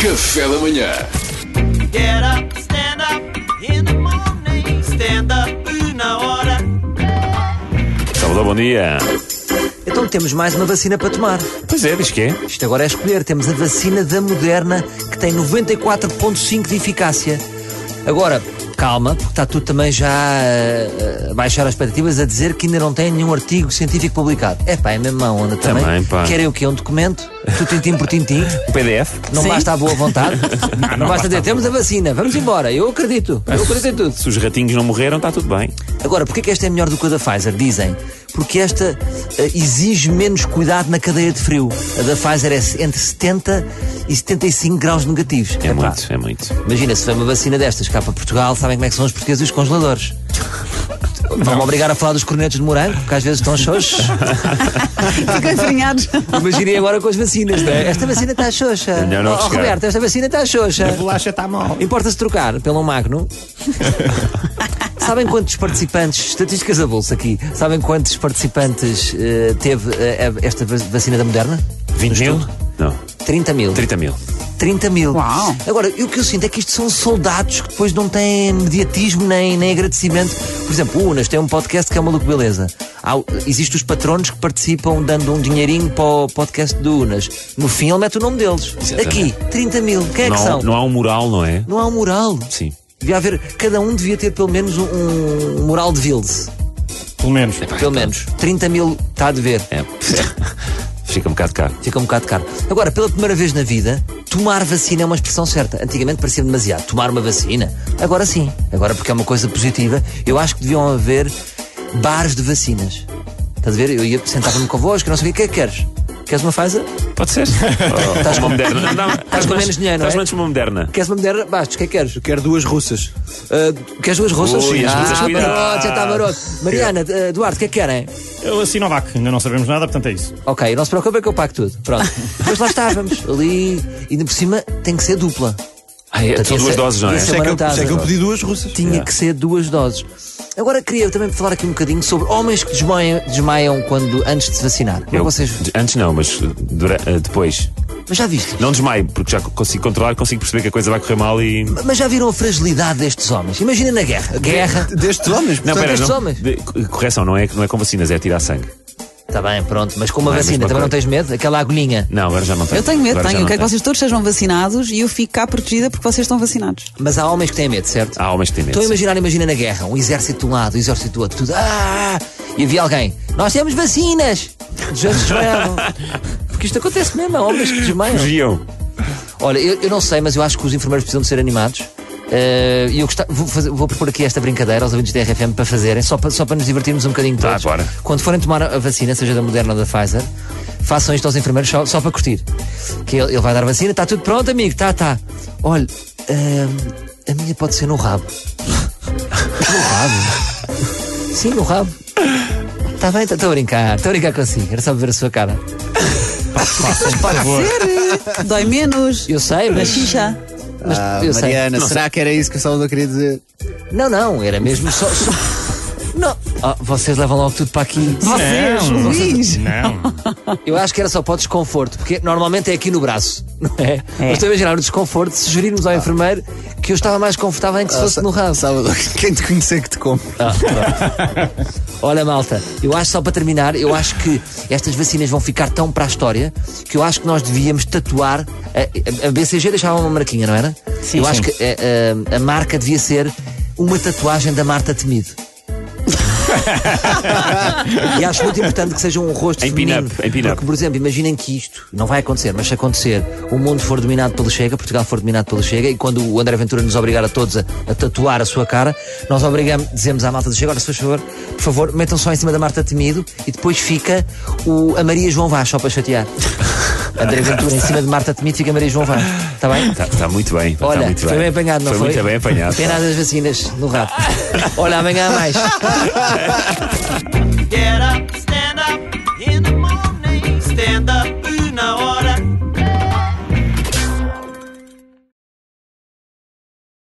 Café da manhã. Get up, stand up in the morning. Stand up na hora. Salvador, bom dia. Então temos mais uma vacina para tomar. Pois é, diz que é. Isto agora é escolher. Temos a vacina da Moderna, que tem 94,5% de eficácia. Agora, calma, porque está tudo também já eh, a baixar as expectativas, a dizer que ainda não tem nenhum artigo científico publicado. É pá, é mesmo uma onda também. Também, pá. Querem o quê? Um documento? Tu tintim por tintim? O PDF. Não basta a boa vontade? não, basta dizer, temos a É vacina, vamos embora. Eu acredito. Eu acredito em tudo. Se os ratinhos não morreram, está tudo bem. Agora, porquê que esta é melhor do que a da Pfizer? Dizem. Porque esta eh, exige menos cuidado na cadeia de frio. A da Pfizer é entre 70 e 75 graus negativos. É Epá, muito, é muito. Imagina, se foi uma vacina destas cá para Portugal, sabem como é que são os portugueses e os congeladores. Vão-me obrigar a falar dos cornetos de morango, que às vezes estão xoxos. Ficam enfrinhados. Imaginem agora com as vacinas, não é? Esta vacina está xoxa. É Melhor não Oh, arriscar. Roberto, esta vacina está xoxa. A bolacha está mal. Importa-se trocar pelo Magno? Sabem quantos participantes, estatísticas a bolsa aqui, sabem quantos participantes eh, teve eh, esta va- vacina da Moderna? 20 mil? Não, 30 mil. 30 mil. 30 mil. Uau. Agora, eu- o que eu sinto é que isto são soldados que depois não têm mediatismo nem, nem agradecimento. Por exemplo, o Unas tem um podcast que é uma maluco beleza. Há, existem os patronos que participam dando um dinheirinho para o podcast do Unas. No fim, ele mete o nome deles. Exatamente. Aqui, 30 mil. Quem é Não, que são? não há um mural, não é? Não há um mural. Sim. Devia haver, cada um devia ter pelo menos um, um mural de Vildes. Tá, Pelo menos. então. Pelo menos. 30 mil está a dever. É. Fica um bocado caro. Fica um bocado caro. Agora, pela primeira vez na vida, tomar vacina é uma expressão certa. Antigamente parecia demasiado. Tomar uma vacina? Agora sim. Agora, porque é uma coisa positiva, eu acho que deviam haver bares de vacinas. Estás a ver? Eu ia sentava-me convosco, eu não sei o que é que queres. Queres uma Pfizer? Pode ser. Estás com uma moderna. Não, Estás com menos dinheiro, não é? Estás menos uma moderna. Queres uma mulher? Bastos, o que é que queres? Quero duas russas. Ah, queres duas roças? Ui, as ah, coisas, cuidado. maroto, já está maroto. Mariana, ah, Duarte, o que é que querem? Eu assino a vaca, ainda não sabemos nada, portanto é isso. Ok, não se preocupem que eu pago tudo. Pronto. Depois lá estávamos, ali. E ainda por cima tem que ser dupla. Ah, é, Portanto, são ia duas ser- doses, não é? ia ser Sei que, eu, baratada. sei que eu pedi duas russas. Tinha que ser duas doses. Agora queria também falar aqui um bocadinho sobre homens que desmaiam, desmaiam quando, antes de se vacinar. Como é que Eu- vocês. Antes não, mas dura- eh, depois. Mas já viste? Não desmaio, porque já consigo controlar, consigo perceber que a coisa vai correr mal e. Mas já viram a fragilidade destes homens? Imagina na guerra. Guerra. Destes homens, Não, portanto, pera, estes não. homens? de- co- Correção, não é, não é com vacinas, é tirar sangue. Está Tá bem, pronto. Mas com uma Não é a vacina mesma também não coisa. tens medo? Aquela agulhinha. Não, agora já não tenho. Eu tenho medo, Agora já tenho. Eu não quero que vocês todos sejam vacinados e eu fico cá protegida porque vocês estão vacinados. Mas há homens que têm medo, certo? Há homens que têm medo. Estão a sim. imaginar, imagina na guerra, um exército de um lado, um exército do outro, tudo. Ah! E havia alguém, nós temos vacinas! Já se desmaiavam. Porque isto acontece mesmo, há homens que desmaiam. Fugiam. Olha, eu, eu não sei, mas eu acho que os enfermeiros precisam de ser animados. Eh, E eu gostava, vou, fazer- vou propor aqui esta brincadeira aos ouvintes da RFM para fazerem, só para, só para nos divertirmos um bocadinho Tá, todos. bora. Quando forem tomar a vacina, seja da Moderna ou da Pfizer, façam isto aos enfermeiros só, só para curtir. Que ele, ele vai dar a vacina, está tudo pronto, amigo, está, está. Olha, ehm, a minha pode ser no rabo. no rabo? Sim, no rabo. Está bem, estou a brincar, estou a brincar consigo, era só para ver a sua cara. Ser, dói menos. Eu sei, mas. Xixa. mas Ah, eu sei. Mariana, será que era isso que o Salvador queria dizer? Não, não, era mesmo só. só- Não. Ah, vocês levam logo tudo para aqui. Vocês, Não, Luís. Não. Eu acho que era só para o desconforto, porque normalmente é aqui no braço, não é? Mas estou a imaginar o desconforto se sugerirmos ao enfermeiro que eu estava mais confortável em que se fosse Ah. Sa- no rabo. Salvador, quem te conhecer que te compre. Olha, malta, eu acho só para terminar, eu acho que estas vacinas vão ficar tão para a história que eu acho que nós devíamos tatuar. A, a- a BCG deixava uma marquinha, não era? Sim. Eu acho que a, a- a marca devia ser uma tatuagem da Marta Temido. e acho muito importante que seja um rosto Em feminino. pin-up, em pin-up. Porque, por exemplo, imaginem que isto não vai acontecer, mas se acontecer, o mundo for dominado pelo Chega, Portugal for dominado pelo Chega, e quando o André Ventura nos obrigar a todos a, a tatuar a sua cara, nós obrigamos, dizemos à malta do Chega, olha, se faz favor, por favor, metam só em cima da Marta Temido e depois fica o, a Maria João Vaz, só para chatear. André Ventura em cima de Marta Temido fica Maria João Vaz. Está bem? Está tá muito bem. tá Olha, muito foi bem apanhado, não foi? muito bem apanhado. Pena das vacinas no rato. Olha, amanhã há mais. Get up,